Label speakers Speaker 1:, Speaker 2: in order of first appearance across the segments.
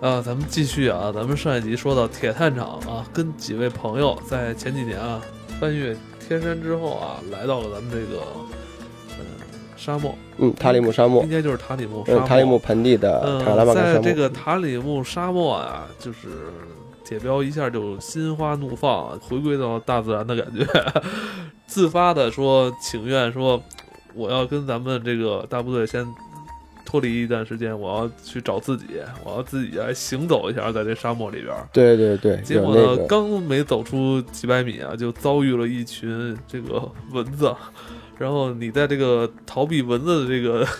Speaker 1: 呃，咱们继续啊，咱们上一集说到铁探长啊，跟几位朋友在前几年啊，翻越天山之后啊，来到了咱们这个嗯沙漠，
Speaker 2: 嗯，塔里木沙漠
Speaker 1: 应，该就是塔里木沙
Speaker 2: 嗯，
Speaker 1: 漠。
Speaker 2: 塔里木盆地的塔拉玛干
Speaker 1: 呃在
Speaker 2: 沙
Speaker 1: 这个
Speaker 2: 漠，
Speaker 1: 塔里木沙漠啊，就是铁彪一下就心花怒放，回归到大自然的感觉， 自发的说请愿说，我要跟咱们这个大部队先脱离一段时间，我要去找自己，我要自己来行走一下，在这沙漠里边儿。
Speaker 2: 对对对，
Speaker 1: 结
Speaker 2: 有
Speaker 1: 果
Speaker 2: 那
Speaker 1: 呢，
Speaker 2: 个，
Speaker 1: 刚没走出几百米啊，就遭遇了一群这个蚊子，然后你在这个逃避蚊子的这个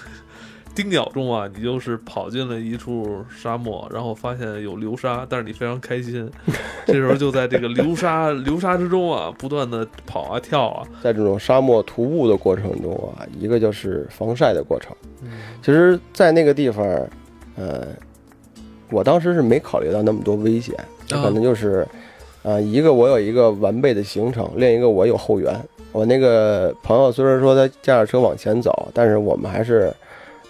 Speaker 1: 叮咬中啊，你就是跑进了一处沙漠，然后发现有流沙，但是你非常开 心，这时候就在这个流沙流沙之中啊，不断的跑啊跳啊，
Speaker 2: 在这种沙漠徒步的过程中啊，一个就是防晒的过程。
Speaker 1: 嗯
Speaker 2: 其实，在那个地方，呃，我当时是没考虑到那么多危险，
Speaker 1: 啊
Speaker 2: 可能就是，呃，一个我有一个完备的行程，另一个我有后援。我那个朋友虽然说他驾着车往前走，但是我们还是，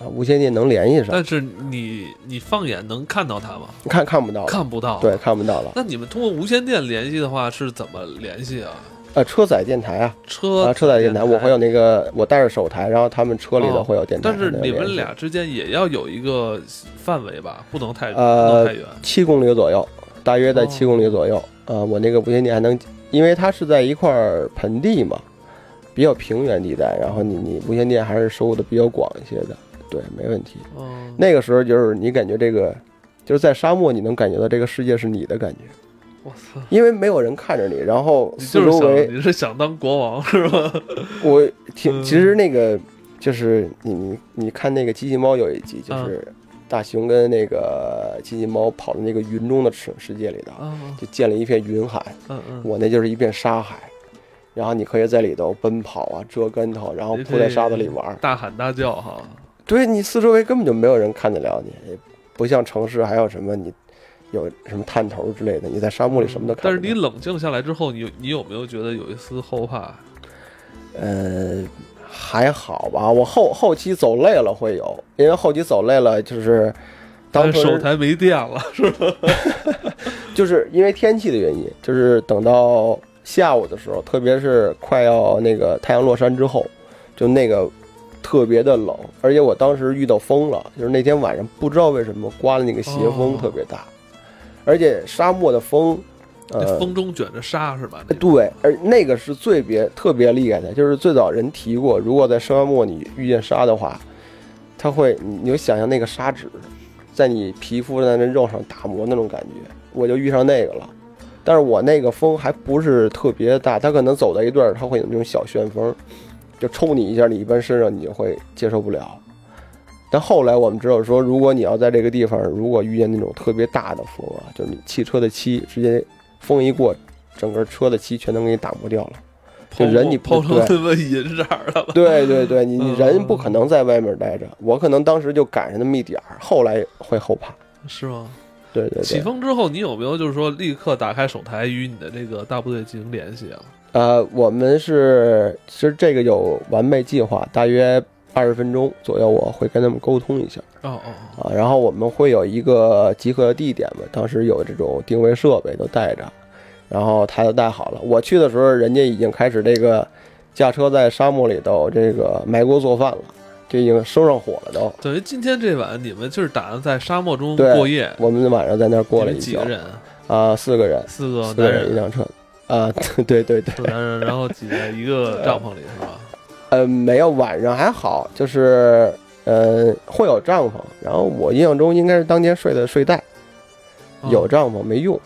Speaker 2: 啊、无线电能联系上，
Speaker 1: 但是你你放眼能看到它吗？
Speaker 2: 看看不到了，
Speaker 1: 看不到。
Speaker 2: 对，。看不到了。
Speaker 1: 那你们通过无线电联系的话是怎么联系啊？
Speaker 2: 呃，车载电台啊，
Speaker 1: 车
Speaker 2: 啊，车载电台，我会
Speaker 1: 有。
Speaker 2: 有那个，我带着手台，然后他们车里头
Speaker 1: 哦
Speaker 2: 会有电台
Speaker 1: 但
Speaker 2: 的联
Speaker 1: 是
Speaker 2: 系。
Speaker 1: 你们俩之间也要有一个范围吧，不能太、
Speaker 2: 呃
Speaker 1: 不能太远。
Speaker 2: 七公里左右，大约在
Speaker 1: 哦
Speaker 2: 七公里左右。呃，我那个无线电还能，因为它是在一块儿盆地嘛，比较平原地带，然后你你无线电还是收的比较广一些的，对，没问题。
Speaker 1: 嗯，
Speaker 2: 那个时候就是你感觉这个，就是在沙漠，你能感觉到这个世界是你的感觉，
Speaker 1: 我操，
Speaker 2: 因为没有人看着你，然后
Speaker 1: 你
Speaker 2: 四
Speaker 1: 就是
Speaker 2: 周围
Speaker 1: 想你是想当国王是 吧？
Speaker 2: 我
Speaker 1: 嗯
Speaker 2: 挺其实那个就是你你你看那个机器猫有一集就
Speaker 1: 嗯
Speaker 2: 是大熊跟那个机器猫跑到那个云中的世世界里头，
Speaker 1: 啊，
Speaker 2: 就建了一片云海，
Speaker 1: 嗯嗯，
Speaker 2: 我那就是一片沙海，然后你可以在里头奔跑啊，折跟头，然后
Speaker 1: 你
Speaker 2: 扑在
Speaker 1: 这
Speaker 2: 沙子里玩儿。
Speaker 1: 大喊大叫哈，
Speaker 2: 对你四周围根本就没有人看得了你，也不像城市还有什么你有什么探头之类的，你在沙漠里什么都看不
Speaker 1: 嗯但
Speaker 2: 到。
Speaker 1: 是你冷静下来之后，你你有没有觉得有一丝后怕？
Speaker 2: 呃，还好吧，我后后期走累了会有，因为后期走累了就是当
Speaker 1: 但
Speaker 2: 时
Speaker 1: 手台没电了，
Speaker 2: 就是因为天气的原因，就是等到下午的时候，特别是快要那个太阳落山之后，就那个特别的冷，而且我当时遇到风了，就是那天晚上不知道为什么刮的那个斜风
Speaker 1: 哦
Speaker 2: 特别大，而且沙漠的风，
Speaker 1: 那
Speaker 2: 呃，哎
Speaker 1: 风中卷着沙是吧？那种
Speaker 2: 对，而那个是最别特别厉害的，就是最早人提过，如果在沙漠你遇见沙的话，它会，你你就想象那个砂纸在你皮肤在那肉上打磨那种感觉，我就遇上那个了。但是我那个风还不是特别大，它可能走到一段儿，它会有那种小旋风，就抽你一下，你一般身上你就会接受不了。但后来我们知道说，如果你要在这个地方，如果遇见那种特别大的风啊，就是你汽车的漆直接风一过，整个车的漆全都给你打磨掉了。
Speaker 1: 抛
Speaker 2: 人
Speaker 1: 物
Speaker 2: 你
Speaker 1: 抛
Speaker 2: 不
Speaker 1: 成那么银色儿了吧？
Speaker 2: 对对对，你你
Speaker 1: 嗯
Speaker 2: 人不可能在外面待着，我可能当时就赶上那么一点儿，后来会后怕。
Speaker 1: 是吗？
Speaker 2: 对对
Speaker 1: 起
Speaker 2: 对，
Speaker 1: 风之后，你有没有就是说立刻打开手台与你的这个大部队进行联系啊？
Speaker 2: 呃，我们是其实这个有完备计划，大约二十分钟左右我会跟他们沟通一下
Speaker 1: 哦哦哦，
Speaker 2: 啊，然后我们会有一个集合的地点嘛，当时有这种定位设备都带着，然后他都带好了。我去的时候，人家已经开始这个驾车在沙漠里头这个埋锅做饭了，就已经生上火了都。
Speaker 1: 等于今天这晚你们就是打算在沙漠中
Speaker 2: 对
Speaker 1: 过夜，
Speaker 2: 我们晚上在那儿过
Speaker 1: 你
Speaker 2: 了
Speaker 1: 们
Speaker 2: 一
Speaker 1: 几
Speaker 2: 宿
Speaker 1: 个人啊？
Speaker 2: 啊、四个人，
Speaker 1: 四个
Speaker 2: 四个
Speaker 1: 男
Speaker 2: 人一
Speaker 1: 人，
Speaker 2: 辆车。啊、 对对对，
Speaker 1: 四个男 人，然后挤在一个帐篷里是吧？
Speaker 2: 呃，没有晚上还好，就是呃会有帐篷，然后我印象中应该是当天睡的睡袋，
Speaker 1: 啊
Speaker 2: 有，帐篷没用，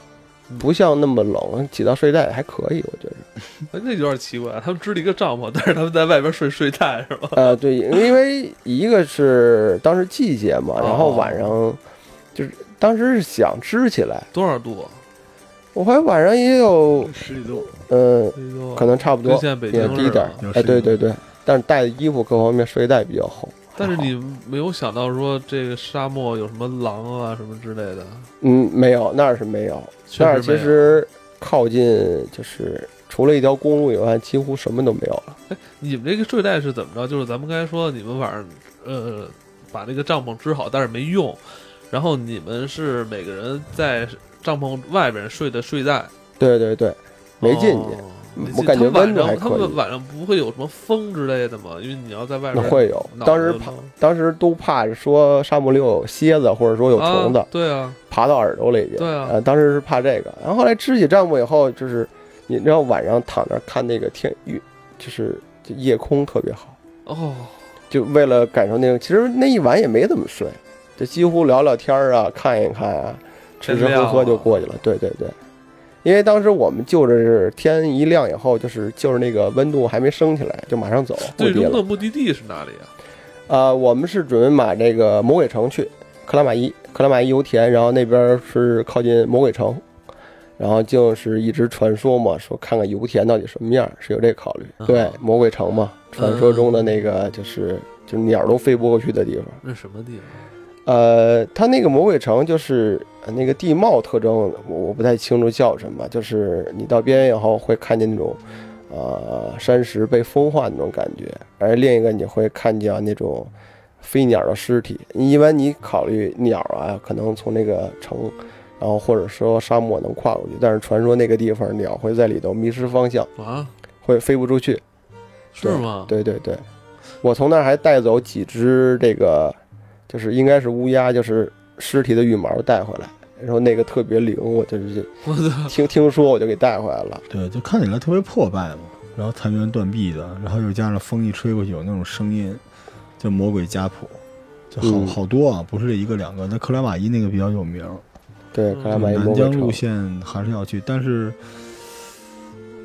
Speaker 1: 嗯
Speaker 2: 不像那么冷，挤到睡袋还可以，我觉得。
Speaker 1: 哎那有点奇怪，他们支了一个帐篷，但是他们在外边睡睡袋是吧？
Speaker 2: 呃，对，因为一个是当时季节嘛，然后
Speaker 1: 哦
Speaker 2: 晚上就是当时是想支起来，
Speaker 1: 多少度？啊
Speaker 2: 我怀疑晚上也有
Speaker 3: 十几度，
Speaker 2: 呃，
Speaker 1: 这就
Speaker 2: 可能差不
Speaker 1: 啊跟
Speaker 2: 多
Speaker 1: 现在北京
Speaker 2: 也低
Speaker 1: 似
Speaker 2: 点儿
Speaker 1: 的。，
Speaker 3: 有
Speaker 2: 哎，
Speaker 3: 十
Speaker 2: 对
Speaker 3: 几
Speaker 2: 对对，但是带的衣服各方面睡袋比较厚。
Speaker 1: 但是
Speaker 2: 还好
Speaker 1: 你没有想到说这个沙漠有什么狼啊什么之类的，
Speaker 2: 嗯，没有，那儿是没有，那
Speaker 1: 确
Speaker 2: 儿
Speaker 1: 实
Speaker 2: 其
Speaker 1: 没有。
Speaker 2: 实靠近就是除了一条公路以外，几乎什么都没有了。
Speaker 1: 你们这个睡袋是怎么着？就是咱们刚才说你们晚上呃把那个帐篷支好，但是没用，然后你们是每个人在帐篷外边睡的睡袋，
Speaker 2: 对对对，没进去嗯
Speaker 1: 哦没进
Speaker 2: 我感觉
Speaker 1: 他们
Speaker 2: 温度还
Speaker 1: 晚上他
Speaker 2: 可以
Speaker 1: 们晚上不会有什么风之类的吗？因为你要在外
Speaker 2: 那
Speaker 1: 边，
Speaker 2: 会有。当时怕，当时都怕是说沙漠里有蝎子，或者说有虫子、
Speaker 1: 啊对啊，
Speaker 2: 爬到耳朵里去。
Speaker 1: 对啊
Speaker 2: 呃，当时是怕这个。然后后来支起帐篷以后，就是你知道晚上躺那儿看那个天月，就是就夜空特别好，
Speaker 1: 哦，
Speaker 2: 就为了感受那个。其实那一晚也没怎么睡，就几乎聊聊天儿啊，看一看啊，吃吃
Speaker 1: 真
Speaker 2: 喝
Speaker 1: 亮
Speaker 2: 喝
Speaker 1: 啊
Speaker 2: 就过去了。对对对。因为当时我们就着是天一亮以后，就是就是那个温度还没升起来，就马上走，目
Speaker 1: 最
Speaker 2: 的
Speaker 1: 终
Speaker 2: 了
Speaker 1: 的。目的地是哪里啊？
Speaker 2: 呃，我们是准备买这个魔鬼城去克拉玛依，克拉玛依油田，然后那边是靠近魔鬼城，然后就是一直传说嘛，说看看油田到底什么样，是有这考虑。
Speaker 1: 嗯
Speaker 2: 对，魔鬼城嘛，传说中的那个就是就是鸟都飞不过去的地方。
Speaker 1: 那什么地方？
Speaker 2: 呃，它那个魔鬼城就是呃那个地貌特征，我我不太清楚叫什么，就是你到边缘以后会看见那种，呃，山石被风化那种感觉，而另一个你会看见那种飞鸟的尸体。一般你考虑鸟啊，可能从那个城，然后或者说沙漠能跨过去，但是传说那个地方鸟会在里头迷失方向，
Speaker 1: 啊，
Speaker 2: 会飞不出去。
Speaker 1: 是吗？
Speaker 2: 对对对，我从那儿还带走几只这个，就是应该是乌鸦，就是尸体的羽毛带回来。然后那个特别灵，我 就是
Speaker 1: 我操，
Speaker 2: 听听说我就给带回来了。
Speaker 3: 对，就看起来特别破败嘛，然后残垣断壁的，然后又加上风一吹过去有那种声音，叫魔鬼家谱，就好、
Speaker 2: 嗯
Speaker 3: 好多啊，不是这一个两个。那克莱玛依那个比较有名，
Speaker 2: 对，
Speaker 1: 嗯
Speaker 2: 克拉玛依
Speaker 3: 南
Speaker 2: 魔鬼
Speaker 3: 疆路
Speaker 2: 城。
Speaker 3: 线还是要去，但是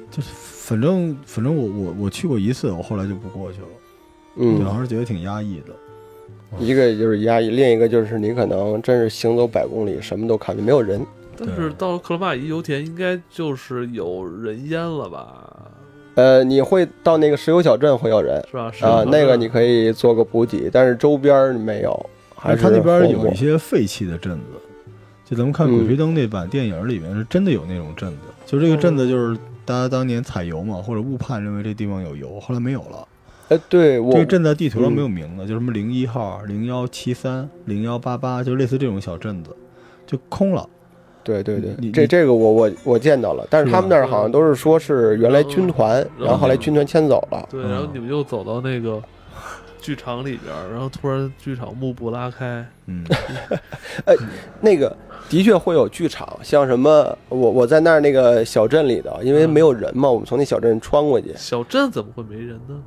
Speaker 3: 就是反正反正我我我去过一次，我后来就不过去了，对，
Speaker 2: 嗯，
Speaker 3: 还是觉得挺压抑的。
Speaker 2: 一个就是压抑，另一个就是你可能真是行走百公里，什么都看不见，没有人。
Speaker 1: 但是到了克罗马伊油田，应该就是有人烟了吧？
Speaker 2: 呃，你会到那个石油小镇会有人
Speaker 1: 是吧？是
Speaker 2: 啊、
Speaker 1: 吗
Speaker 2: 那个你可以做个补给，但是周边儿没有，还
Speaker 3: 而
Speaker 2: 是
Speaker 3: 哎它那边
Speaker 2: 荒
Speaker 3: 有
Speaker 2: 漠
Speaker 3: 一些废弃的镇子，就咱们看《鬼
Speaker 2: 嗯
Speaker 3: 吹灯》那版电影里面是真的有那种镇子，就这个镇子就是大家当年采油嘛，或者误判认为这地方有油，后来没有了。
Speaker 2: 呃，对我
Speaker 3: 这个镇在地图
Speaker 2: 嗯
Speaker 3: 上没有名字，就什么零一号、零幺七三、零幺八八，就类似这种小镇子，就空了。
Speaker 2: 对对对，
Speaker 3: 你
Speaker 2: 这
Speaker 3: 你
Speaker 2: 这个我我我见到了，但是
Speaker 3: 是
Speaker 2: 他们那儿
Speaker 1: 吧
Speaker 2: 好像都是说是原来军团，
Speaker 1: 嗯
Speaker 2: 然后后来军团迁走了。
Speaker 1: 对，
Speaker 3: 嗯
Speaker 1: 然后你们又走到那个剧场里边儿，然后突然剧场幕布拉开，
Speaker 3: 嗯，
Speaker 2: 那个的确会有剧场，像什么我我在那儿那个小镇里头，因为
Speaker 1: 嗯
Speaker 2: 没有人嘛，我们从那小镇穿过去。
Speaker 1: 小镇怎么会没人呢？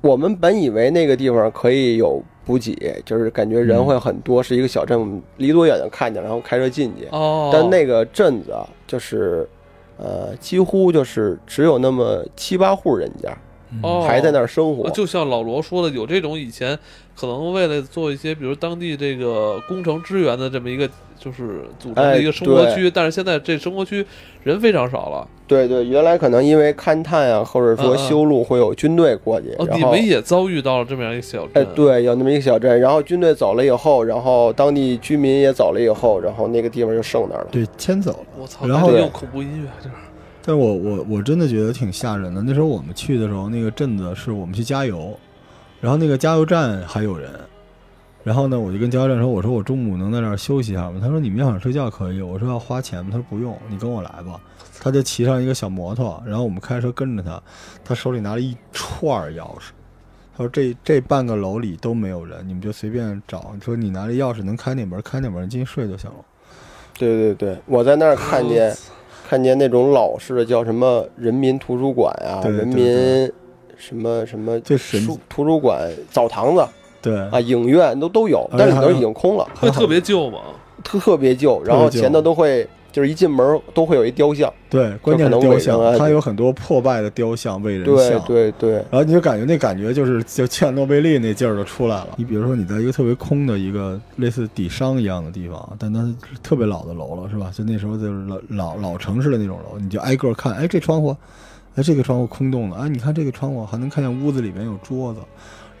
Speaker 2: 我们本以为那个地方可以有补给，就是感觉人
Speaker 3: 嗯
Speaker 2: 会很多，是一个小镇，我们离多远能看见，然后开车进去。
Speaker 1: 哦，
Speaker 2: 但那个镇子啊，就是呃，几乎就是只有那么七八户人家
Speaker 3: 嗯
Speaker 1: 哦
Speaker 2: 还在那儿生活
Speaker 1: 啊。就像老罗说的，有这种以前可能为了做一些，比如当地这个工程支援的这么一个，就是组成
Speaker 2: 哎
Speaker 1: 的一个生活区，但是现在这生活区人非常少了。
Speaker 2: 对对，原来可能因为勘探啊，或者
Speaker 1: 嗯
Speaker 2: 说
Speaker 1: 嗯
Speaker 2: 修路会有军队过去，
Speaker 1: 哦，
Speaker 2: 然
Speaker 1: 你
Speaker 2: 后
Speaker 1: 们也遭遇到了这么样一个小
Speaker 2: 哎
Speaker 1: 镇，，
Speaker 2: 对，有那么一个小镇，然后军队走了以后，然后当地居民也走了以后，然后那个地方就剩那儿了。
Speaker 3: 对，迁走了。
Speaker 1: 我操，
Speaker 3: 然后
Speaker 1: 赶紧
Speaker 2: 对
Speaker 1: 用恐怖音乐这儿，
Speaker 3: 但我我我真的觉得挺吓人的。那时候我们去的时候，那个镇子是我们去加油，然后那个加油站还有人。然后呢，我就跟加油站说：“我说我中午能在那儿休息一下吗？”他说：“你们要想睡觉可以。”我说：“要花钱吗？”他说：“不用，你跟我来吧。”他就骑上一个小摩托，然后我们开车跟着他，他手里拿了一串儿钥匙。他说这：“这半个楼里都没有人，你们就随便找。说你拿着钥匙能开哪门，开哪门，进去睡就行了。”
Speaker 2: 对对对，我在那儿看
Speaker 3: 哦
Speaker 2: 见看见那种老式的叫什么人民图书馆啊，
Speaker 3: 对对
Speaker 2: 人
Speaker 3: 对
Speaker 2: 民什么什么
Speaker 3: 最神
Speaker 2: 书图书馆、澡堂子
Speaker 3: 对
Speaker 2: 啊、影院都都有，
Speaker 3: 而且
Speaker 2: 但是
Speaker 3: 哦还
Speaker 2: 都
Speaker 3: 有
Speaker 2: 已经空了，
Speaker 1: 哎会特别旧吗？
Speaker 2: 特特别旧，然
Speaker 3: 特别
Speaker 2: 后前
Speaker 3: 旧
Speaker 2: 头都会就是一进门都会有一雕像，
Speaker 3: 对，关键
Speaker 2: 可
Speaker 3: 是
Speaker 2: 能
Speaker 3: 雕
Speaker 2: 伟人啊
Speaker 3: 像，它有很多破败的雕像、为人
Speaker 2: 对
Speaker 3: 像，
Speaker 2: 对对，
Speaker 3: 然后你就感觉那感觉就是就切诺贝利那劲儿就出来了。你比如说你在一个特别空的一个类似底商一样的地方，啊但它是特别老的楼了，是吧？就那时候就是老老老城市的那种楼，你就挨个看，哎，这窗户，哎，这个窗户空洞了，哎，你看这个窗户还能看见屋子里面有桌子，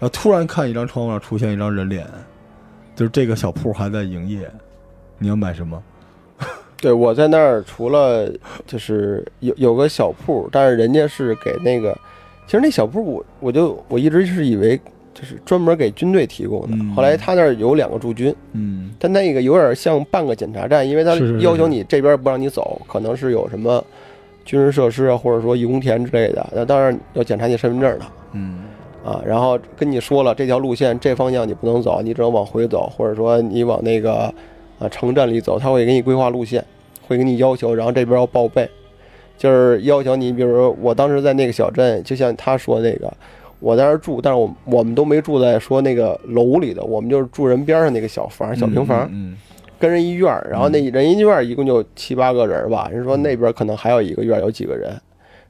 Speaker 3: 然后突然看一张窗户上出现一张人脸，就是这个小铺还在营业，你要买什么？
Speaker 2: 对，我在那儿除了就是有有个小铺，但是人家是给那个，其实那小铺我我就我一直是以为就是专门给军队提供
Speaker 3: 嗯
Speaker 2: 的。后来他那儿有两个驻军，
Speaker 3: 嗯
Speaker 2: 但那个有点像半个检查站，因为他
Speaker 3: 是是是
Speaker 2: 要求你这边不让你走，可能是有什么军事设施啊，或者说义工田之类的，那当然要检查你身份证了
Speaker 3: 嗯
Speaker 2: 啊。然后跟你说了这条路线这方向你不能走，你只能往回走，或者说你往那个啊城镇里走，他会给你规划路线，会给你要求，然后这边要报备，就是要求你，比如说我当时在那个小镇，就像他说那个。我在那儿住，但是我我们都没住在说那个楼里的，我们就是住人边上那个小房、小平房。
Speaker 3: 嗯
Speaker 2: 跟人一院儿，然后
Speaker 1: 嗯
Speaker 2: 那人一院儿一共就七八个人儿吧。人说那边可能还有一个院儿有几个人，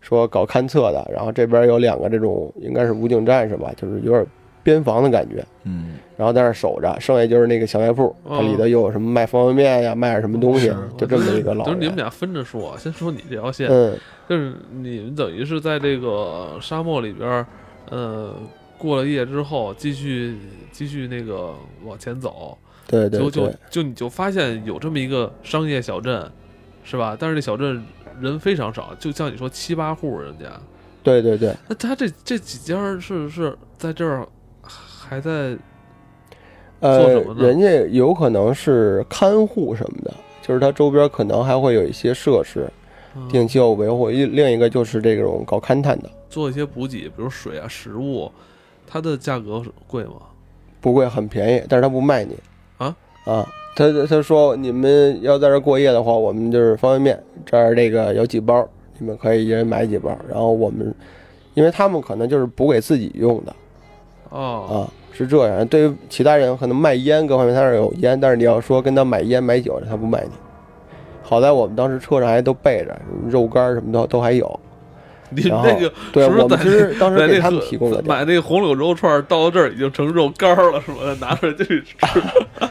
Speaker 2: 说搞勘测的，然后这边有两个这种应该是武警战士吧，就是有点边防的感觉，
Speaker 3: 嗯
Speaker 2: 然后在那儿守着。剩下就是那个小卖铺，它
Speaker 1: 嗯
Speaker 2: 里头又有什么卖方便面呀，卖点什么东西
Speaker 3: 是，
Speaker 2: 就这么一个老
Speaker 1: 就是你们
Speaker 2: 人。
Speaker 1: 俩分着说，先说你这条线，
Speaker 2: 嗯，
Speaker 1: 就是你们等于是在这个沙漠里边儿，呃，过了夜之后，继续继续那个往前走，
Speaker 2: 对对
Speaker 1: 就就
Speaker 2: 对，
Speaker 1: 就你就发现有这么一个商业小镇，是吧？但是这小镇人非常少，就像你说七八户人家，
Speaker 2: 对对对。
Speaker 1: 那他这这几家儿是是在这儿还在做
Speaker 2: 呃
Speaker 1: 什么，呢
Speaker 2: 人家有可能是看护什么的，就是它周边可能还会有一些设施，
Speaker 1: 嗯
Speaker 2: 定期要维护。一另一个就是这种搞勘探的，
Speaker 1: 呃做一些补给，比如水啊、食物，它的价格是贵吗？
Speaker 2: 不贵，很便宜，但是他不卖你
Speaker 1: 啊
Speaker 2: 啊！他他说你们要在这儿过夜的话，我们就是方便面这儿这个有几包，你们可以一人买几包，然后我们，因为他们可能就是补给自己用的
Speaker 1: 哦，
Speaker 2: 啊，是这啊样。对于其他人可能卖烟各方面，他那儿有烟，但是你要说跟他买烟买酒，他不卖你。好在我们当时车上还都备着肉干儿什么的都 还有，
Speaker 1: 你
Speaker 2: 然后
Speaker 1: 那个
Speaker 2: 对
Speaker 1: 是不是
Speaker 2: 我们
Speaker 1: 在
Speaker 2: 其实当时
Speaker 1: 在
Speaker 2: 给
Speaker 1: 那
Speaker 2: 他们
Speaker 1: 河
Speaker 2: 提供的
Speaker 1: 买那个红柳肉串儿到这儿已经成肉干儿了，是吧？拿出来就去吃。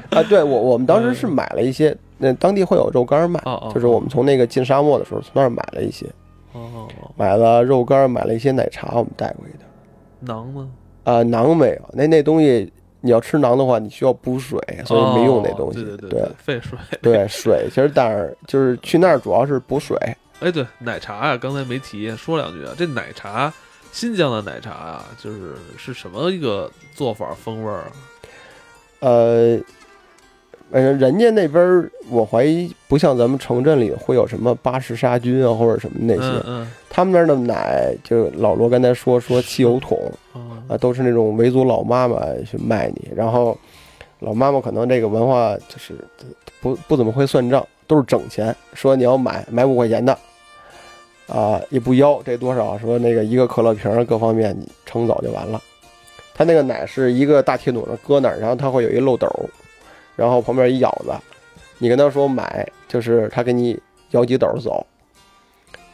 Speaker 2: 啊，对我我们当时是买了一些，那当地会有肉干儿卖，
Speaker 1: 哦哦
Speaker 2: 就是我们从那个进沙漠的时候从那儿买了一些，
Speaker 1: 哦，
Speaker 2: 买了肉干儿，买了一些奶茶，我们带回去的。
Speaker 1: 馕呢？
Speaker 2: 啊、馕没有，那那东西你要吃馕的话，你需要补水，所以没用那
Speaker 1: 哦
Speaker 2: 东西。
Speaker 1: 对
Speaker 2: 对
Speaker 1: 对对，废水。
Speaker 2: 对水其实但是就是去那儿主要是补水，
Speaker 1: 哎，对，奶茶啊，刚才没提，说两句啊。这奶茶，新疆的奶茶啊，就是是什么一个做法风味儿啊？
Speaker 2: 呃。反正人家那边儿，我怀疑不像咱们城镇里会有什么巴氏杀菌啊，或者什么那些。
Speaker 1: 嗯嗯
Speaker 2: 他们那儿的奶，就老罗刚才说说汽油桶，
Speaker 1: 哦
Speaker 2: 啊，都是那种维族老妈妈去卖你，然后老妈妈可能这个文化就是不不怎么会算账，都是整钱，说你要买买五块钱的，啊，也不要这多少，说那个一个可乐瓶儿各方面你称走就完了。他那个奶是一个大铁桶上搁那儿，然后它会有一漏斗，然后旁边一舀子，你跟他说买，就是他给你舀几斗走，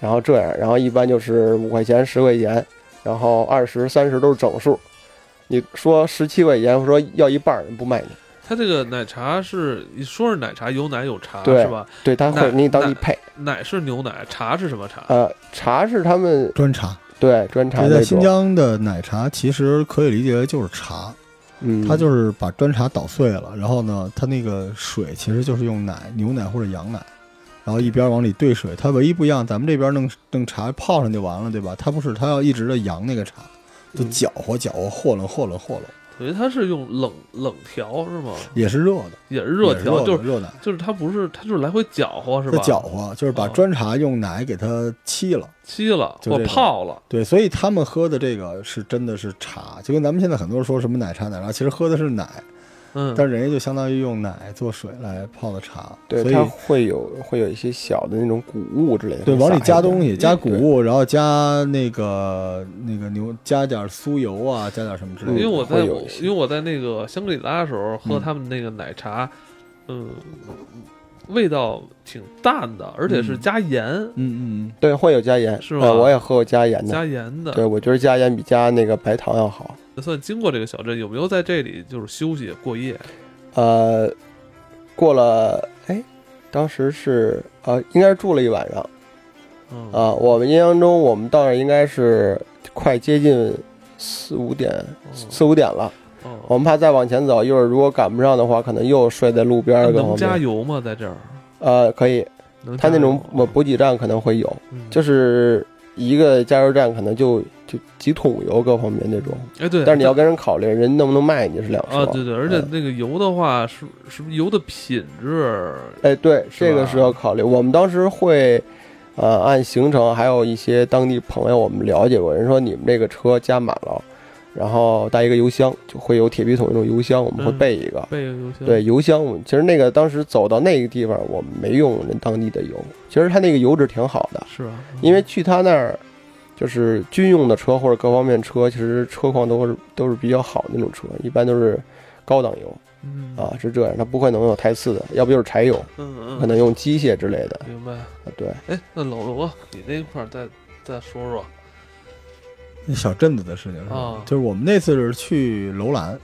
Speaker 2: 然后这样，然后一般就是五块钱、十块钱，然后二十、三十都是整数。你说十七块钱，说要一半儿人不卖你，
Speaker 1: 它这个奶茶是你说是奶茶，有奶有茶
Speaker 2: 对
Speaker 1: 是吧？
Speaker 2: 对他
Speaker 1: 那
Speaker 2: 会给你当地配。
Speaker 1: 奶是牛奶，茶是什么茶？
Speaker 2: 呃，茶是他们
Speaker 3: 专茶。
Speaker 2: 对专茶
Speaker 3: 这
Speaker 2: 那
Speaker 3: 在新
Speaker 2: 种，
Speaker 3: 疆的奶茶其实可以理解为就是茶，
Speaker 2: 嗯，
Speaker 3: 它就是把砖茶捣碎了，然后呢，它那个水其实就是用奶、牛奶或者羊奶，然后一边往里兑水。它唯一不一样，咱们这边弄弄茶泡上就完了，对吧？它不是，它要一直的扬那个茶，就
Speaker 2: 嗯
Speaker 3: 搅和搅和，和弄和弄和弄，
Speaker 1: 等于它是用冷冷调是吗？
Speaker 3: 也是热的，
Speaker 1: 也是热
Speaker 3: 也是
Speaker 1: 调，
Speaker 3: 的
Speaker 1: 就是
Speaker 3: 热奶。
Speaker 1: 就是它不是，它就是来回搅和是
Speaker 3: 它
Speaker 1: 吧？
Speaker 3: 搅和就是把
Speaker 1: 哦
Speaker 3: 砖茶用奶给它沏了。
Speaker 1: 沏了
Speaker 3: 就
Speaker 1: 或
Speaker 3: 这种
Speaker 1: 泡了，
Speaker 3: 对，所以他们喝的这个是真的是茶，就跟咱们现在很多人说什么奶茶奶茶，其实喝的是奶，
Speaker 1: 嗯，
Speaker 3: 但是人家就相当于用奶做水来泡的茶，
Speaker 2: 对
Speaker 3: 所
Speaker 2: 它
Speaker 3: 以
Speaker 2: 会有会有一些小的那种谷物之类的，
Speaker 3: 对往里加东
Speaker 2: 西，
Speaker 3: 西，加谷物，然后加那个那个牛，加点酥油啊，加点什么之
Speaker 1: 因为
Speaker 3: 类的。
Speaker 1: 我在
Speaker 2: 会有
Speaker 1: 我
Speaker 2: 一些
Speaker 1: 因为我在那个香格里拉的时候喝
Speaker 3: 嗯
Speaker 1: 他们那个奶茶，嗯，味道挺淡的，而且是
Speaker 3: 嗯
Speaker 1: 加盐
Speaker 3: 嗯嗯
Speaker 2: 对，会有加盐，
Speaker 1: 是
Speaker 2: 呃
Speaker 1: 吧
Speaker 2: 我也喝过加盐的，
Speaker 1: 加盐
Speaker 2: 对
Speaker 1: 的。
Speaker 2: 我觉得加盐比加那个白糖要好。
Speaker 1: 算经过这个小镇，有没有在这里就是休息过夜？
Speaker 2: 呃，过了，哎，当时是呃，应该是住了一晚上
Speaker 1: 嗯
Speaker 2: 啊、我们印象中，我们到那儿应该是快接近四五点，
Speaker 1: 嗯
Speaker 2: 四五点了。我
Speaker 1: 哦，
Speaker 2: 们怕再往前走，一会儿如果赶不上的话，可能又睡在路边儿各
Speaker 1: 啊能
Speaker 2: 方
Speaker 1: 加
Speaker 2: 面。
Speaker 1: 油吗？在这儿
Speaker 2: 呃，可以，
Speaker 1: 能
Speaker 2: 他
Speaker 1: 加
Speaker 2: 那
Speaker 1: 油
Speaker 2: 种
Speaker 1: 吗
Speaker 2: 补补给站可能会有，
Speaker 1: 嗯
Speaker 2: 就是一个加油站可能就就几桶油各方面那种。
Speaker 1: 哎，对，
Speaker 2: 但是你要跟人考虑，人能不能卖你是两
Speaker 1: 啊，
Speaker 2: 说。
Speaker 1: 对对，而且
Speaker 2: 嗯
Speaker 1: 那个油的话，是是不是油的品质？
Speaker 2: 哎，对，
Speaker 1: 是
Speaker 2: 这个
Speaker 1: 吧
Speaker 2: 是要考虑。我们当时会，呃，按行程，还有一些当地朋友，我们了解过，人说你们这个车加满了，然后带一个油箱，就会有铁皮桶那种油箱，我们会
Speaker 1: 嗯
Speaker 2: 备一个。
Speaker 1: 备个油箱，
Speaker 2: 对，油箱，我们其实那个当时走到那个地方，我们没用人当地的油，其实它那个油质挺好的，
Speaker 1: 是吧？嗯
Speaker 2: 因为去他那儿。就是军用的车或者各方面车，其实车况都是都是比较好的那种车，一般都是高档油
Speaker 1: 嗯
Speaker 2: 啊，是这样，它不会能有台刺的，要不就是柴油，
Speaker 1: 嗯
Speaker 2: 可
Speaker 1: 嗯，
Speaker 2: 能用机械之类的。
Speaker 1: 明白。
Speaker 2: 对，
Speaker 1: 哎，那老罗，你那块儿再再说说
Speaker 3: 那小镇子的事情是吧？
Speaker 1: 啊
Speaker 3: 就是我们那次是去楼兰，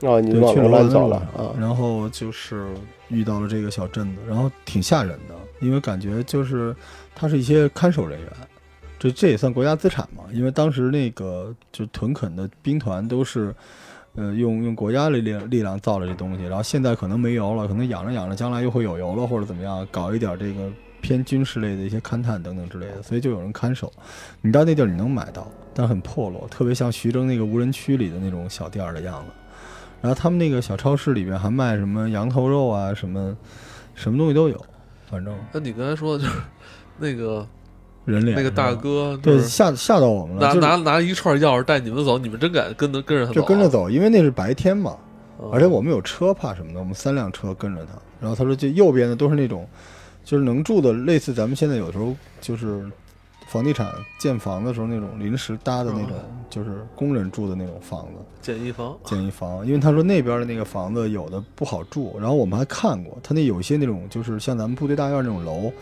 Speaker 2: 哦，你
Speaker 3: 对，
Speaker 2: 往
Speaker 3: 去
Speaker 2: 楼
Speaker 3: 楼兰
Speaker 2: 兰
Speaker 3: 的
Speaker 2: 走
Speaker 3: 路
Speaker 2: 了
Speaker 3: 上
Speaker 2: 啊？
Speaker 3: 然后就是遇到了这个小镇子，然后挺吓人的，因为感觉就是他是一些看守人员，这这也算国家资产嘛，因为当时那个就屯垦的兵团都是。呃，用用国家的力量力量造了这东西，然后现在可能没油了，可能养着养着，将来又会有油了，或者怎么样，搞一点这个偏军事类的一些勘探等等之类的，所以就有人看守。你到那地儿你能买到，但很破落，特别像徐峥那个无人区里的那种小店儿的样子。然后他们那个小超市里边还卖什么羊头肉啊，什么什么东西都有，反正
Speaker 1: 那你刚才说的就是那个
Speaker 3: 人脸
Speaker 1: 那个
Speaker 3: 是吧
Speaker 1: 大哥，
Speaker 3: 嗯对
Speaker 1: 就是
Speaker 3: 吓吓到我们
Speaker 1: 拿
Speaker 3: 了，就是
Speaker 1: 拿拿一串钥匙带你们走，你们真敢跟着跟着他走啊？
Speaker 3: 就跟着走，因为那是白天嘛，
Speaker 1: 嗯，
Speaker 3: 而且我们有车，怕什么呢？我们三辆车跟着他。然后他说，这右边的都是那种，就是能住的，类似咱们现在有时候就是房地产建房的时候那种临时搭的那
Speaker 1: 哦
Speaker 3: 种，就是工人住的那种房子。
Speaker 1: 简易房，
Speaker 3: 建一房，因为他说那边的那个房子有的不好住，然后我们还看过，他那有一些那种就是像咱们部队大院那种楼，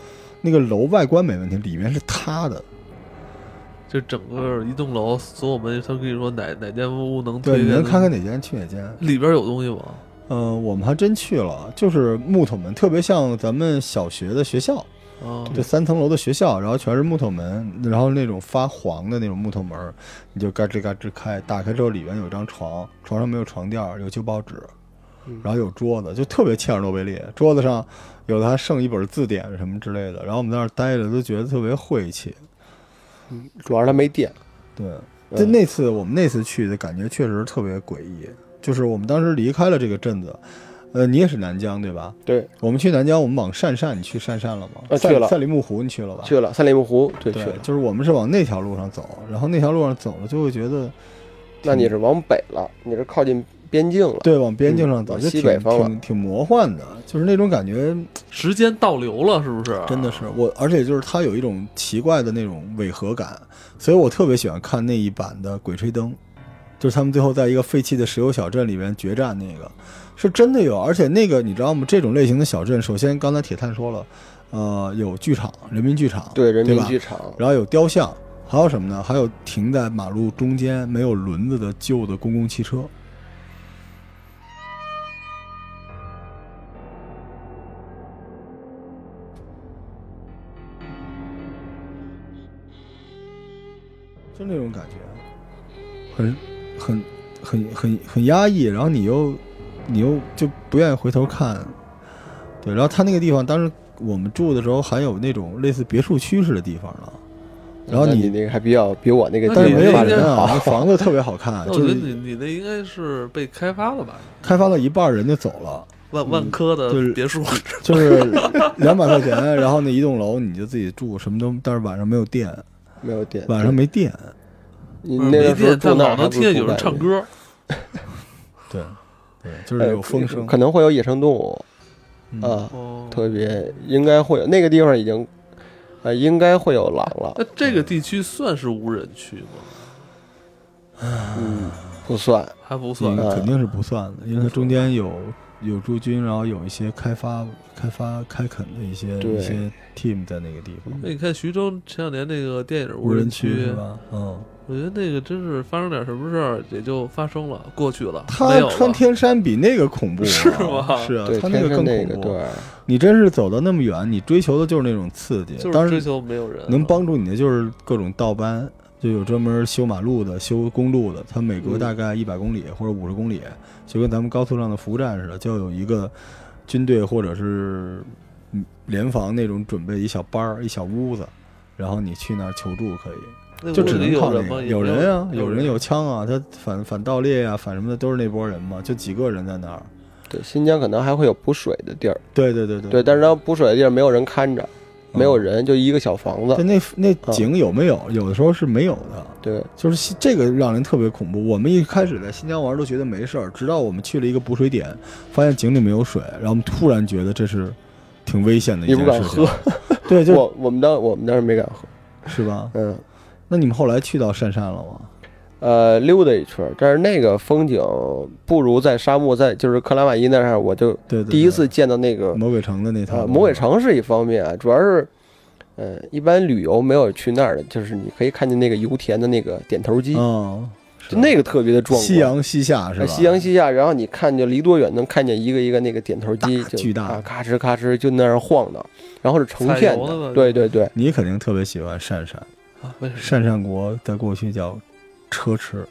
Speaker 3: 那个楼外观没问题，里面是塌的，
Speaker 1: 这整个一栋楼所有门，他跟你说哪哪间屋能推
Speaker 3: 对，
Speaker 1: 荐
Speaker 3: 你
Speaker 1: 的，
Speaker 3: 能看看哪间去哪间。
Speaker 1: 里边有东西吗？
Speaker 3: 呃，我们还真去了，就是木头门，特别像咱们小学的学校，
Speaker 1: 啊，
Speaker 2: 嗯
Speaker 3: 就三层楼的学校，然后全是木头门，然后那种发黄的那种木头门，你就嘎吱嘎吱开，打开之后里面有一张床，床上没有床垫儿，有旧报纸，
Speaker 2: 嗯
Speaker 3: 然后有桌子，就特别切尔诺贝利。桌子上有的还剩一本字典什么之类的，然后我们在那儿待着都觉得特别晦气。
Speaker 2: 嗯主要是它没电。
Speaker 3: 对，
Speaker 2: 嗯
Speaker 3: 就那次我们那次去的感觉确实特别诡异，就是我们当时离开了这个镇子，呃，你也是南疆对吧？
Speaker 2: 对，
Speaker 3: 我们去南疆，我们往鄯善，你去鄯善了吗？
Speaker 2: 啊去
Speaker 3: 赛
Speaker 2: 了
Speaker 3: 赛里木湖你去了吧？
Speaker 2: 去了三里木湖，对，去
Speaker 3: 对，
Speaker 2: 了。
Speaker 3: 就是我们是往那条路上走，然后那条路上走了就会觉得，
Speaker 2: 那
Speaker 3: 嗯
Speaker 2: 你是往北了，你是靠近边境了。
Speaker 3: 对，往边境上走
Speaker 2: 嗯
Speaker 3: 就
Speaker 2: 西
Speaker 3: 挺
Speaker 2: 北方了
Speaker 3: 挺挺魔幻的，就是那种感觉
Speaker 1: 时间倒流了，是不
Speaker 2: 啊
Speaker 1: 是？
Speaker 3: 真的是我，而且就是它有一种奇怪的那种违和感，所以我特别喜欢看那一版的《鬼吹灯》，就是他们最后在一个废弃的石油小镇里面决战那个，是真的有，而且那个你知道吗？这种类型的小镇，首先刚才铁探说了，呃，有剧场，人民剧场，
Speaker 2: 对，人民
Speaker 3: 吧
Speaker 2: 剧场。
Speaker 3: 然后有雕像，还有什么呢？还有停在马路中间没有轮子的旧的公共汽车。就那种感觉，很、很、很、很、很压抑，然后你又、你又就不愿意回头看，对。然后他那个地方，当时我们住的时候还有那种类似别墅区似的地方呢，然后
Speaker 2: 那
Speaker 3: 你
Speaker 2: 你那个还比较比我那个
Speaker 3: 但是没有
Speaker 2: 发
Speaker 1: 那你
Speaker 2: 展
Speaker 1: 那
Speaker 3: 人啊，
Speaker 2: 好
Speaker 3: 那房子特别好看，
Speaker 1: 那我
Speaker 3: 就
Speaker 1: 觉得
Speaker 3: 是
Speaker 1: 你你那应该是被开发了吧？
Speaker 3: 开发到一半儿人就走了，
Speaker 1: 万万科的
Speaker 3: 嗯就是
Speaker 1: 别墅，
Speaker 3: 就是两百块钱，然后那一栋楼你就自己住，什么都，但是晚上没有电，
Speaker 2: 没有电。
Speaker 3: 晚上没电，
Speaker 2: 你
Speaker 1: 不是
Speaker 2: 那
Speaker 1: 没
Speaker 2: 个时候
Speaker 1: 电，
Speaker 2: 住
Speaker 1: 但
Speaker 2: 那
Speaker 1: 老
Speaker 2: 儿还
Speaker 1: 能
Speaker 2: 不
Speaker 1: 听
Speaker 2: 是
Speaker 1: 见有人
Speaker 2: 住外
Speaker 1: 唱
Speaker 2: 面，
Speaker 1: 歌。
Speaker 3: 对，对，就
Speaker 2: 呃
Speaker 3: 是有风声
Speaker 2: 可能会有野生动物
Speaker 3: 嗯
Speaker 2: 啊，
Speaker 1: 哦，
Speaker 2: 特别应该会有。那个地方已经，呃，应该会有狼了
Speaker 1: 那。这个地区算是无人区吗？
Speaker 2: 嗯，不算。
Speaker 1: 还不算
Speaker 3: 那。
Speaker 2: 嗯
Speaker 3: 个肯定是不算的，因为它中间有有驻军，然后有一些开发、开发、开垦的一些
Speaker 2: 对
Speaker 3: 一些 team 在那个地方，
Speaker 1: 那你看徐峥前两年那个电影《
Speaker 3: 无
Speaker 1: 人
Speaker 3: 人区是吧？嗯，
Speaker 1: 我觉得那个真是发生点什么事儿也就发生了，过去了，没
Speaker 3: 他
Speaker 1: 有了
Speaker 3: 穿天山比那个恐怖啊，
Speaker 1: 是吗
Speaker 3: 是啊
Speaker 2: 对，，
Speaker 3: 他
Speaker 2: 天
Speaker 3: 个
Speaker 2: 山
Speaker 3: 更
Speaker 2: 那
Speaker 3: 恐
Speaker 2: 个
Speaker 3: 怖。啊
Speaker 2: 对，
Speaker 3: 你真是走到那么远，你追求的就是那种刺激，
Speaker 1: 就是
Speaker 3: 当
Speaker 1: 追
Speaker 3: 然
Speaker 1: 求没有人了
Speaker 3: 能帮助你的就是各种道班，就有专门修马路的、修公路的，它每隔
Speaker 2: 嗯
Speaker 3: 大概一百公里或者五十公里，就跟咱们高速上的服务站似的，就有一个军队或者是嗯联防那种准备一小班儿、一小屋子，然后你去那儿求助可以。
Speaker 1: 那
Speaker 3: 就
Speaker 1: 屋
Speaker 3: 只
Speaker 1: 里
Speaker 3: 能
Speaker 1: 有
Speaker 3: 靠那
Speaker 1: 人吗？
Speaker 3: 个，
Speaker 1: 也
Speaker 3: 有
Speaker 1: 没
Speaker 3: 人啊，有
Speaker 1: 有
Speaker 3: 人有枪啊，他反反盗猎啊，反什么的都是那波人嘛，就几个人在那儿。
Speaker 2: 对，新疆可能还会有补水的地儿，
Speaker 3: 对对对对
Speaker 2: 对，但是它补水的地儿没有人看着，
Speaker 3: 嗯
Speaker 2: 没有人，就一个小房
Speaker 3: 对
Speaker 2: 子，
Speaker 3: 那那
Speaker 2: 嗯
Speaker 3: 井有没有？有的时候是没有的，
Speaker 2: 对，
Speaker 3: 就是新这个让人特别恐怖。我们一开始在新疆玩都觉得没事儿，直到我们去了一个补水点，发现井里没有水，然后我们突然觉得这是挺危险的一
Speaker 2: 你
Speaker 3: 件
Speaker 2: 不
Speaker 3: 事
Speaker 2: 敢
Speaker 3: 情
Speaker 2: 喝。，
Speaker 3: 对，就
Speaker 2: 我我们当我们当时没敢喝，
Speaker 3: 是吧？
Speaker 2: 嗯，
Speaker 3: 那你们后来去到鄯善了吗？
Speaker 2: 呃，溜达一圈儿，但是那个风景不如在沙漠，在就是克拉玛依那儿，我就
Speaker 3: 对对对
Speaker 2: 第一次见到那个
Speaker 3: 魔鬼城的那套、
Speaker 2: 呃魔鬼。城是一方面啊，主要是，呃，一般旅游没有去那儿的，就是你可以看见那个油田的那个点头机，
Speaker 3: 嗯，是
Speaker 2: 就那个特别的壮观。
Speaker 3: 夕阳西下是吧？
Speaker 2: 呃夕阳西下，然后你看就离多远能看见一个一个那个点头机，
Speaker 3: 大
Speaker 2: 就
Speaker 3: 巨大
Speaker 2: 啊，咔哧咔哧就那样晃荡，然后是成
Speaker 1: 踩
Speaker 2: 片
Speaker 1: 油的呢
Speaker 2: 对对对，
Speaker 3: 你肯定特别喜欢鄯善，
Speaker 1: 啊为什么？
Speaker 3: 鄯善国在过去叫车迟，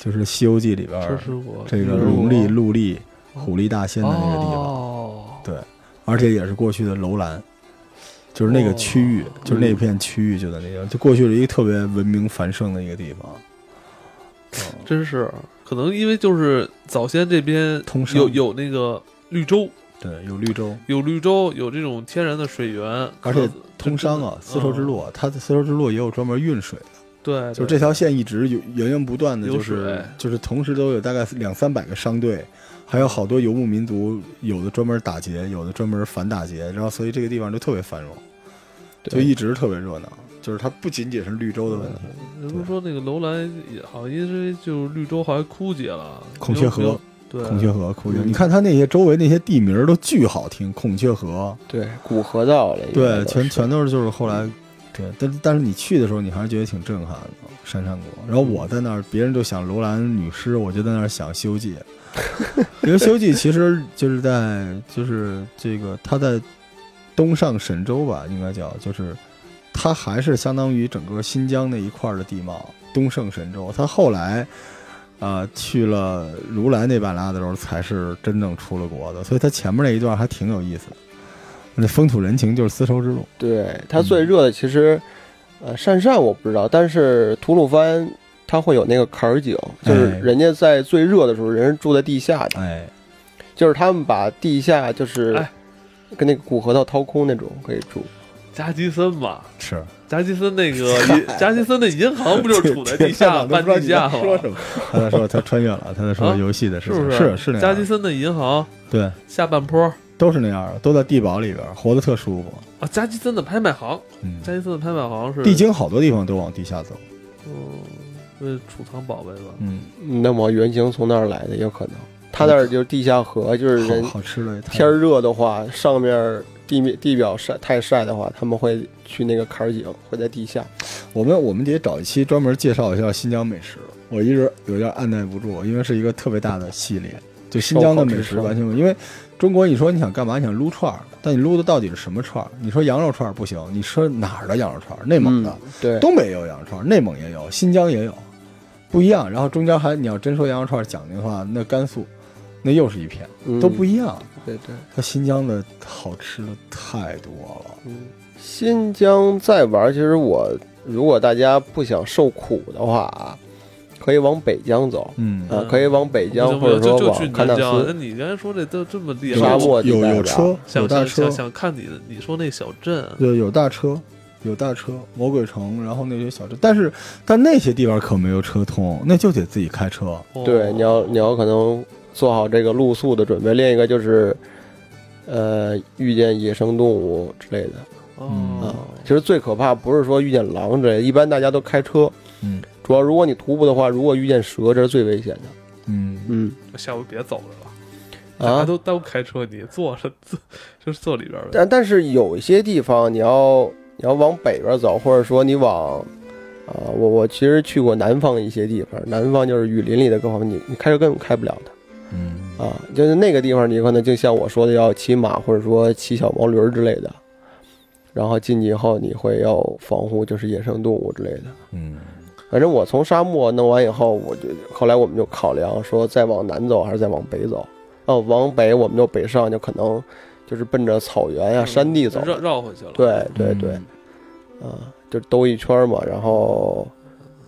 Speaker 3: 就是《西游记》里边
Speaker 1: 这
Speaker 3: 儿
Speaker 1: 是我
Speaker 3: 这个
Speaker 1: 女儿
Speaker 3: 龙
Speaker 1: 国
Speaker 3: 力、陆力、虎力大仙的那个地方，
Speaker 1: 哦
Speaker 3: 对而且也是过去的楼兰，就是那个区域，
Speaker 1: 哦
Speaker 3: 就是那片区域就在那个，就过去了一个特别文明繁盛的一个地方。嗯
Speaker 1: 真是可能因为就是早先这边
Speaker 3: 通商
Speaker 1: 有有那个绿洲，
Speaker 3: 对，有绿洲，
Speaker 1: 有绿洲，有这种天然的水源，
Speaker 3: 而且
Speaker 1: 可
Speaker 3: 通商啊，丝绸之，路，啊，它的丝绸之路也有专门运水的，
Speaker 1: 这真的嗯对，
Speaker 3: 就
Speaker 1: 对
Speaker 3: 这条线一直有源源不断的，
Speaker 1: 有
Speaker 3: 就是
Speaker 1: 水
Speaker 3: 就是同时都有大概两三百个商队，还有好多游牧民族，有的专门打劫，有的专门反打劫，然后所以这个地方就特别繁荣，就
Speaker 2: 对
Speaker 3: 一直特别热闹。就是它不仅仅是绿洲的问题，
Speaker 1: 人们说那个楼兰也好像因为就是绿洲好像枯竭了，
Speaker 3: 孔雀河
Speaker 1: 没有，没有对，
Speaker 3: 孔雀河、孔雀，
Speaker 2: 嗯
Speaker 3: 你看它那些周围那些地名儿都巨好听，孔雀河，
Speaker 2: 对，古河道了，应该
Speaker 3: 对，
Speaker 2: 都
Speaker 3: 全
Speaker 2: 是嗯
Speaker 3: 全都是就是后来，对，但是但是你去的时候，你还是觉得挺震撼的，山山国。然后我在那儿，别人就想楼兰女尸，我就在那儿想《西游记》， 因为《西游记》其实就是在就是这个它在东上神州吧，应该叫就是它还是相当于整个新疆那一块儿的地貌，东胜神州。它后来。啊、去了如来那半拉的时候，才是真正出了国的，所以它前面那一段还挺有意思的。那风土人情就是丝绸之路，
Speaker 2: 对，它最热
Speaker 3: 嗯
Speaker 2: 的其实，呃，鄯善我不知道，但是吐鲁番它会有那个坎儿井，就是
Speaker 3: 哎
Speaker 2: 人家在最热的时候，人是住在地下的，
Speaker 3: 哎，
Speaker 2: 就是他们把地下就是
Speaker 1: 哎
Speaker 2: 跟那个古河道掏空那种可以住。
Speaker 1: 夹击森嘛，
Speaker 3: 是
Speaker 1: 夹击森那个 夹击森那银行不就是处在地
Speaker 3: 天
Speaker 1: 下
Speaker 3: 哪都
Speaker 1: 半
Speaker 3: 不知道
Speaker 1: 地
Speaker 3: 你
Speaker 1: 下
Speaker 3: 在
Speaker 1: 吗？
Speaker 3: 说什么？ 他在说他穿越了，他在说
Speaker 1: 啊
Speaker 3: 游戏的事
Speaker 1: 是不
Speaker 3: 情，
Speaker 1: 是
Speaker 3: 是是那
Speaker 1: 夹击
Speaker 3: 样，
Speaker 1: 森的银行
Speaker 3: 对，
Speaker 1: 下半坡啊，
Speaker 3: 都是那样的，都在地堡里边，活得特舒服。
Speaker 1: 夹击森的拍卖行，
Speaker 3: 嗯，
Speaker 1: 夹击森的拍卖行是
Speaker 3: 地精好多地方都往地下走，
Speaker 1: 嗯，为储藏宝贝吧。
Speaker 3: 嗯，
Speaker 2: 那么原型从那儿来的也有可能，它那儿就是地下河，就是人
Speaker 3: 好好吃的也太
Speaker 2: 天儿热的话，上面地面地表晒太晒的话，他们会去那个坎儿井，会在地下。
Speaker 3: 我们我们得找一期专门介绍一下新疆美食。我一直有点按耐不住，因为是一个特别大的系列，就新疆的美食完全不。因为中国，你说你想干嘛？你想撸串儿，但你撸的到底是什么串儿？你说羊肉串儿不行，你说哪儿的羊肉串儿？内
Speaker 1: 嗯
Speaker 3: 蒙的、
Speaker 2: 对，
Speaker 3: 东北也有羊肉串儿，内蒙也有，新疆也有，不一样。然后中间还你要真说羊肉串儿讲究的话，那甘肃那又是一片，
Speaker 2: 嗯
Speaker 3: 都不一样。
Speaker 2: 对对。
Speaker 3: 它新疆的好吃的太多了。
Speaker 2: 嗯新疆再玩，其实我如果大家不想受苦的话啊，可以往北疆走
Speaker 3: 嗯，
Speaker 2: 啊、
Speaker 1: 嗯
Speaker 2: 可以往北
Speaker 1: 不
Speaker 2: 疆
Speaker 1: 行不
Speaker 2: 或者
Speaker 1: 行，
Speaker 2: 说
Speaker 1: 就就去
Speaker 2: 往喀
Speaker 1: 南
Speaker 2: 纳
Speaker 1: 疆。那
Speaker 2: 斯。
Speaker 1: 哎你刚才说这都这么厉
Speaker 3: 有
Speaker 1: 害，
Speaker 2: 沙漠地
Speaker 3: 有
Speaker 2: 带啊
Speaker 3: 有
Speaker 2: 吧
Speaker 3: 车，有
Speaker 1: 想
Speaker 3: 大
Speaker 1: 想
Speaker 3: 车
Speaker 1: 想，想看你的，你说那小镇，
Speaker 3: 对，有大车，有大车，魔鬼城，然后那些小车，但是但那些地方可没有车通，那就得自己开车。
Speaker 1: 哦
Speaker 2: 对，你要你要可能做好这个露宿的准备。另一个就是，呃，遇见野生动物之类的。
Speaker 1: 哦
Speaker 2: 啊，
Speaker 3: 嗯
Speaker 2: 其实最可怕不是说遇见狼之类的，一般大家都开车。
Speaker 3: 嗯
Speaker 2: 主要如果你徒步的话，如果遇见蛇，这是最危险的。
Speaker 3: 嗯，
Speaker 2: 嗯
Speaker 1: 下回别走了吧，大家
Speaker 2: 啊，
Speaker 1: 都都开车，你坐着坐就是坐里边呗。
Speaker 2: 但但是有一些地方你要你要往北边走，或者说你往啊、我我其实去过南方一些地方，南方就是雨林里的各方面，你你开车根本开不了的
Speaker 3: 嗯，
Speaker 2: 啊，就是那个地方你可能就像我说的要骑马或者说骑小毛驴儿之类的，然后进去以后你会要防护就是野生动物之类的。
Speaker 3: 嗯，
Speaker 2: 反正我从沙漠弄完以后，我就后来我们就考量说，再往南走还是再往北走。哦，往北我们就北上，就可能就是奔着草原呀、啊
Speaker 1: 嗯
Speaker 2: 山地走。
Speaker 1: 绕绕回去了。
Speaker 2: 嗯对对对，啊、
Speaker 3: 嗯
Speaker 2: 就兜一圈嘛。然后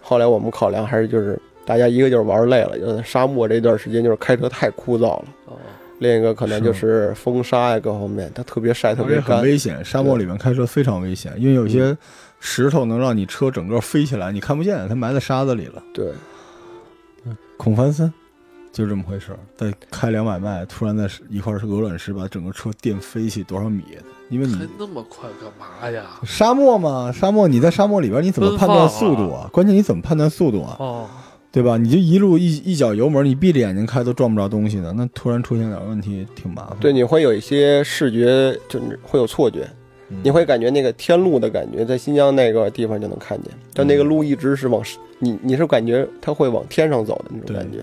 Speaker 2: 后来我们考量还是就是大家一个就是玩累了，就是沙漠这段时间就是开车太枯燥了。
Speaker 1: 哦，
Speaker 2: 另一个可能
Speaker 3: 是
Speaker 2: 就是风沙呀各方面，它特别晒，特
Speaker 3: 而且
Speaker 2: 别
Speaker 3: 很
Speaker 2: 干。
Speaker 3: 危险，沙漠里面开车非常危险，因为有些石头能让你车整个飞起来，你看不见，它埋在沙子里了。
Speaker 2: 对，
Speaker 3: 孔繁森就这么回事儿，在开两百迈，突然在一块鹅卵石把整个车电飞起多少米？啊因为你
Speaker 1: 开那么快干嘛呀？
Speaker 3: 沙漠嘛，沙漠你在沙漠里边你怎么判断速度啊？关键你怎么判断速度啊？
Speaker 1: 哦，
Speaker 3: 对吧？你就一路一一脚油门，你闭着眼睛开都撞不着东西呢。那突然出现点问题，挺麻烦。
Speaker 2: 对，你会有一些视觉，就是会有错觉，
Speaker 3: 嗯
Speaker 2: 你会感觉那个天路的感觉，在新疆那个地方就能看
Speaker 3: 嗯
Speaker 2: 见，但那个路一直是往你你是感觉它会往天上走的那种
Speaker 3: 对
Speaker 2: 感觉，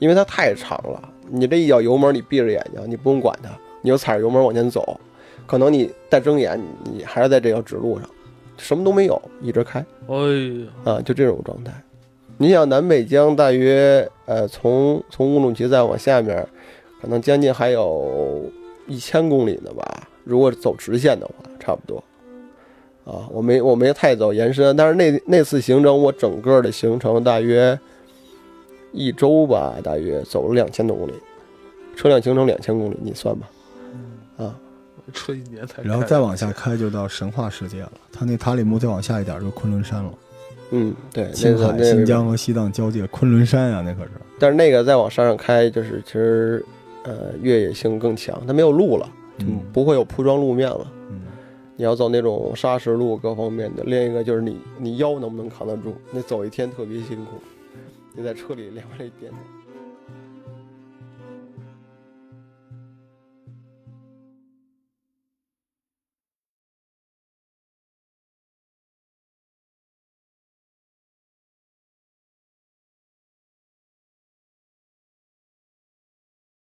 Speaker 2: 因为它太长了。你这一脚油门，你闭着眼睛，你不用管它，你就踩着油门往前走，可能你再睁眼，你你还是在这条直路上，什么都没有，一直开。
Speaker 1: 哎呀，
Speaker 2: 啊，就这种状态。你想南北疆大约呃，从从乌鲁木齐再往下面，可能将近还有一千公里呢吧，如果走直线的话，差不多。啊，我没我没太走延伸，但是那那次行程我整个的行程大约一周吧，大约走了两千多公里，车辆行程两千公里，你算吧。啊，
Speaker 1: 这一年才，
Speaker 3: 然后再往下，开就到神话世界了。它那塔里木再往下一点就昆仑山了，
Speaker 2: 嗯，对，那
Speaker 3: 青
Speaker 2: 个
Speaker 3: 海、
Speaker 2: 那
Speaker 3: 新
Speaker 2: 个
Speaker 3: 疆和西藏交界，昆仑山啊，那可是。
Speaker 2: 但是那个再往山上开，就是其实，呃，越野性更强，它没有路了，就
Speaker 3: 嗯
Speaker 2: 不会有铺装路面了。
Speaker 3: 嗯，
Speaker 2: 你要走那种砂石路，各方面的。另一个就是你，你腰能不能扛得住？那走一天特别辛苦，你在车里练完了一天。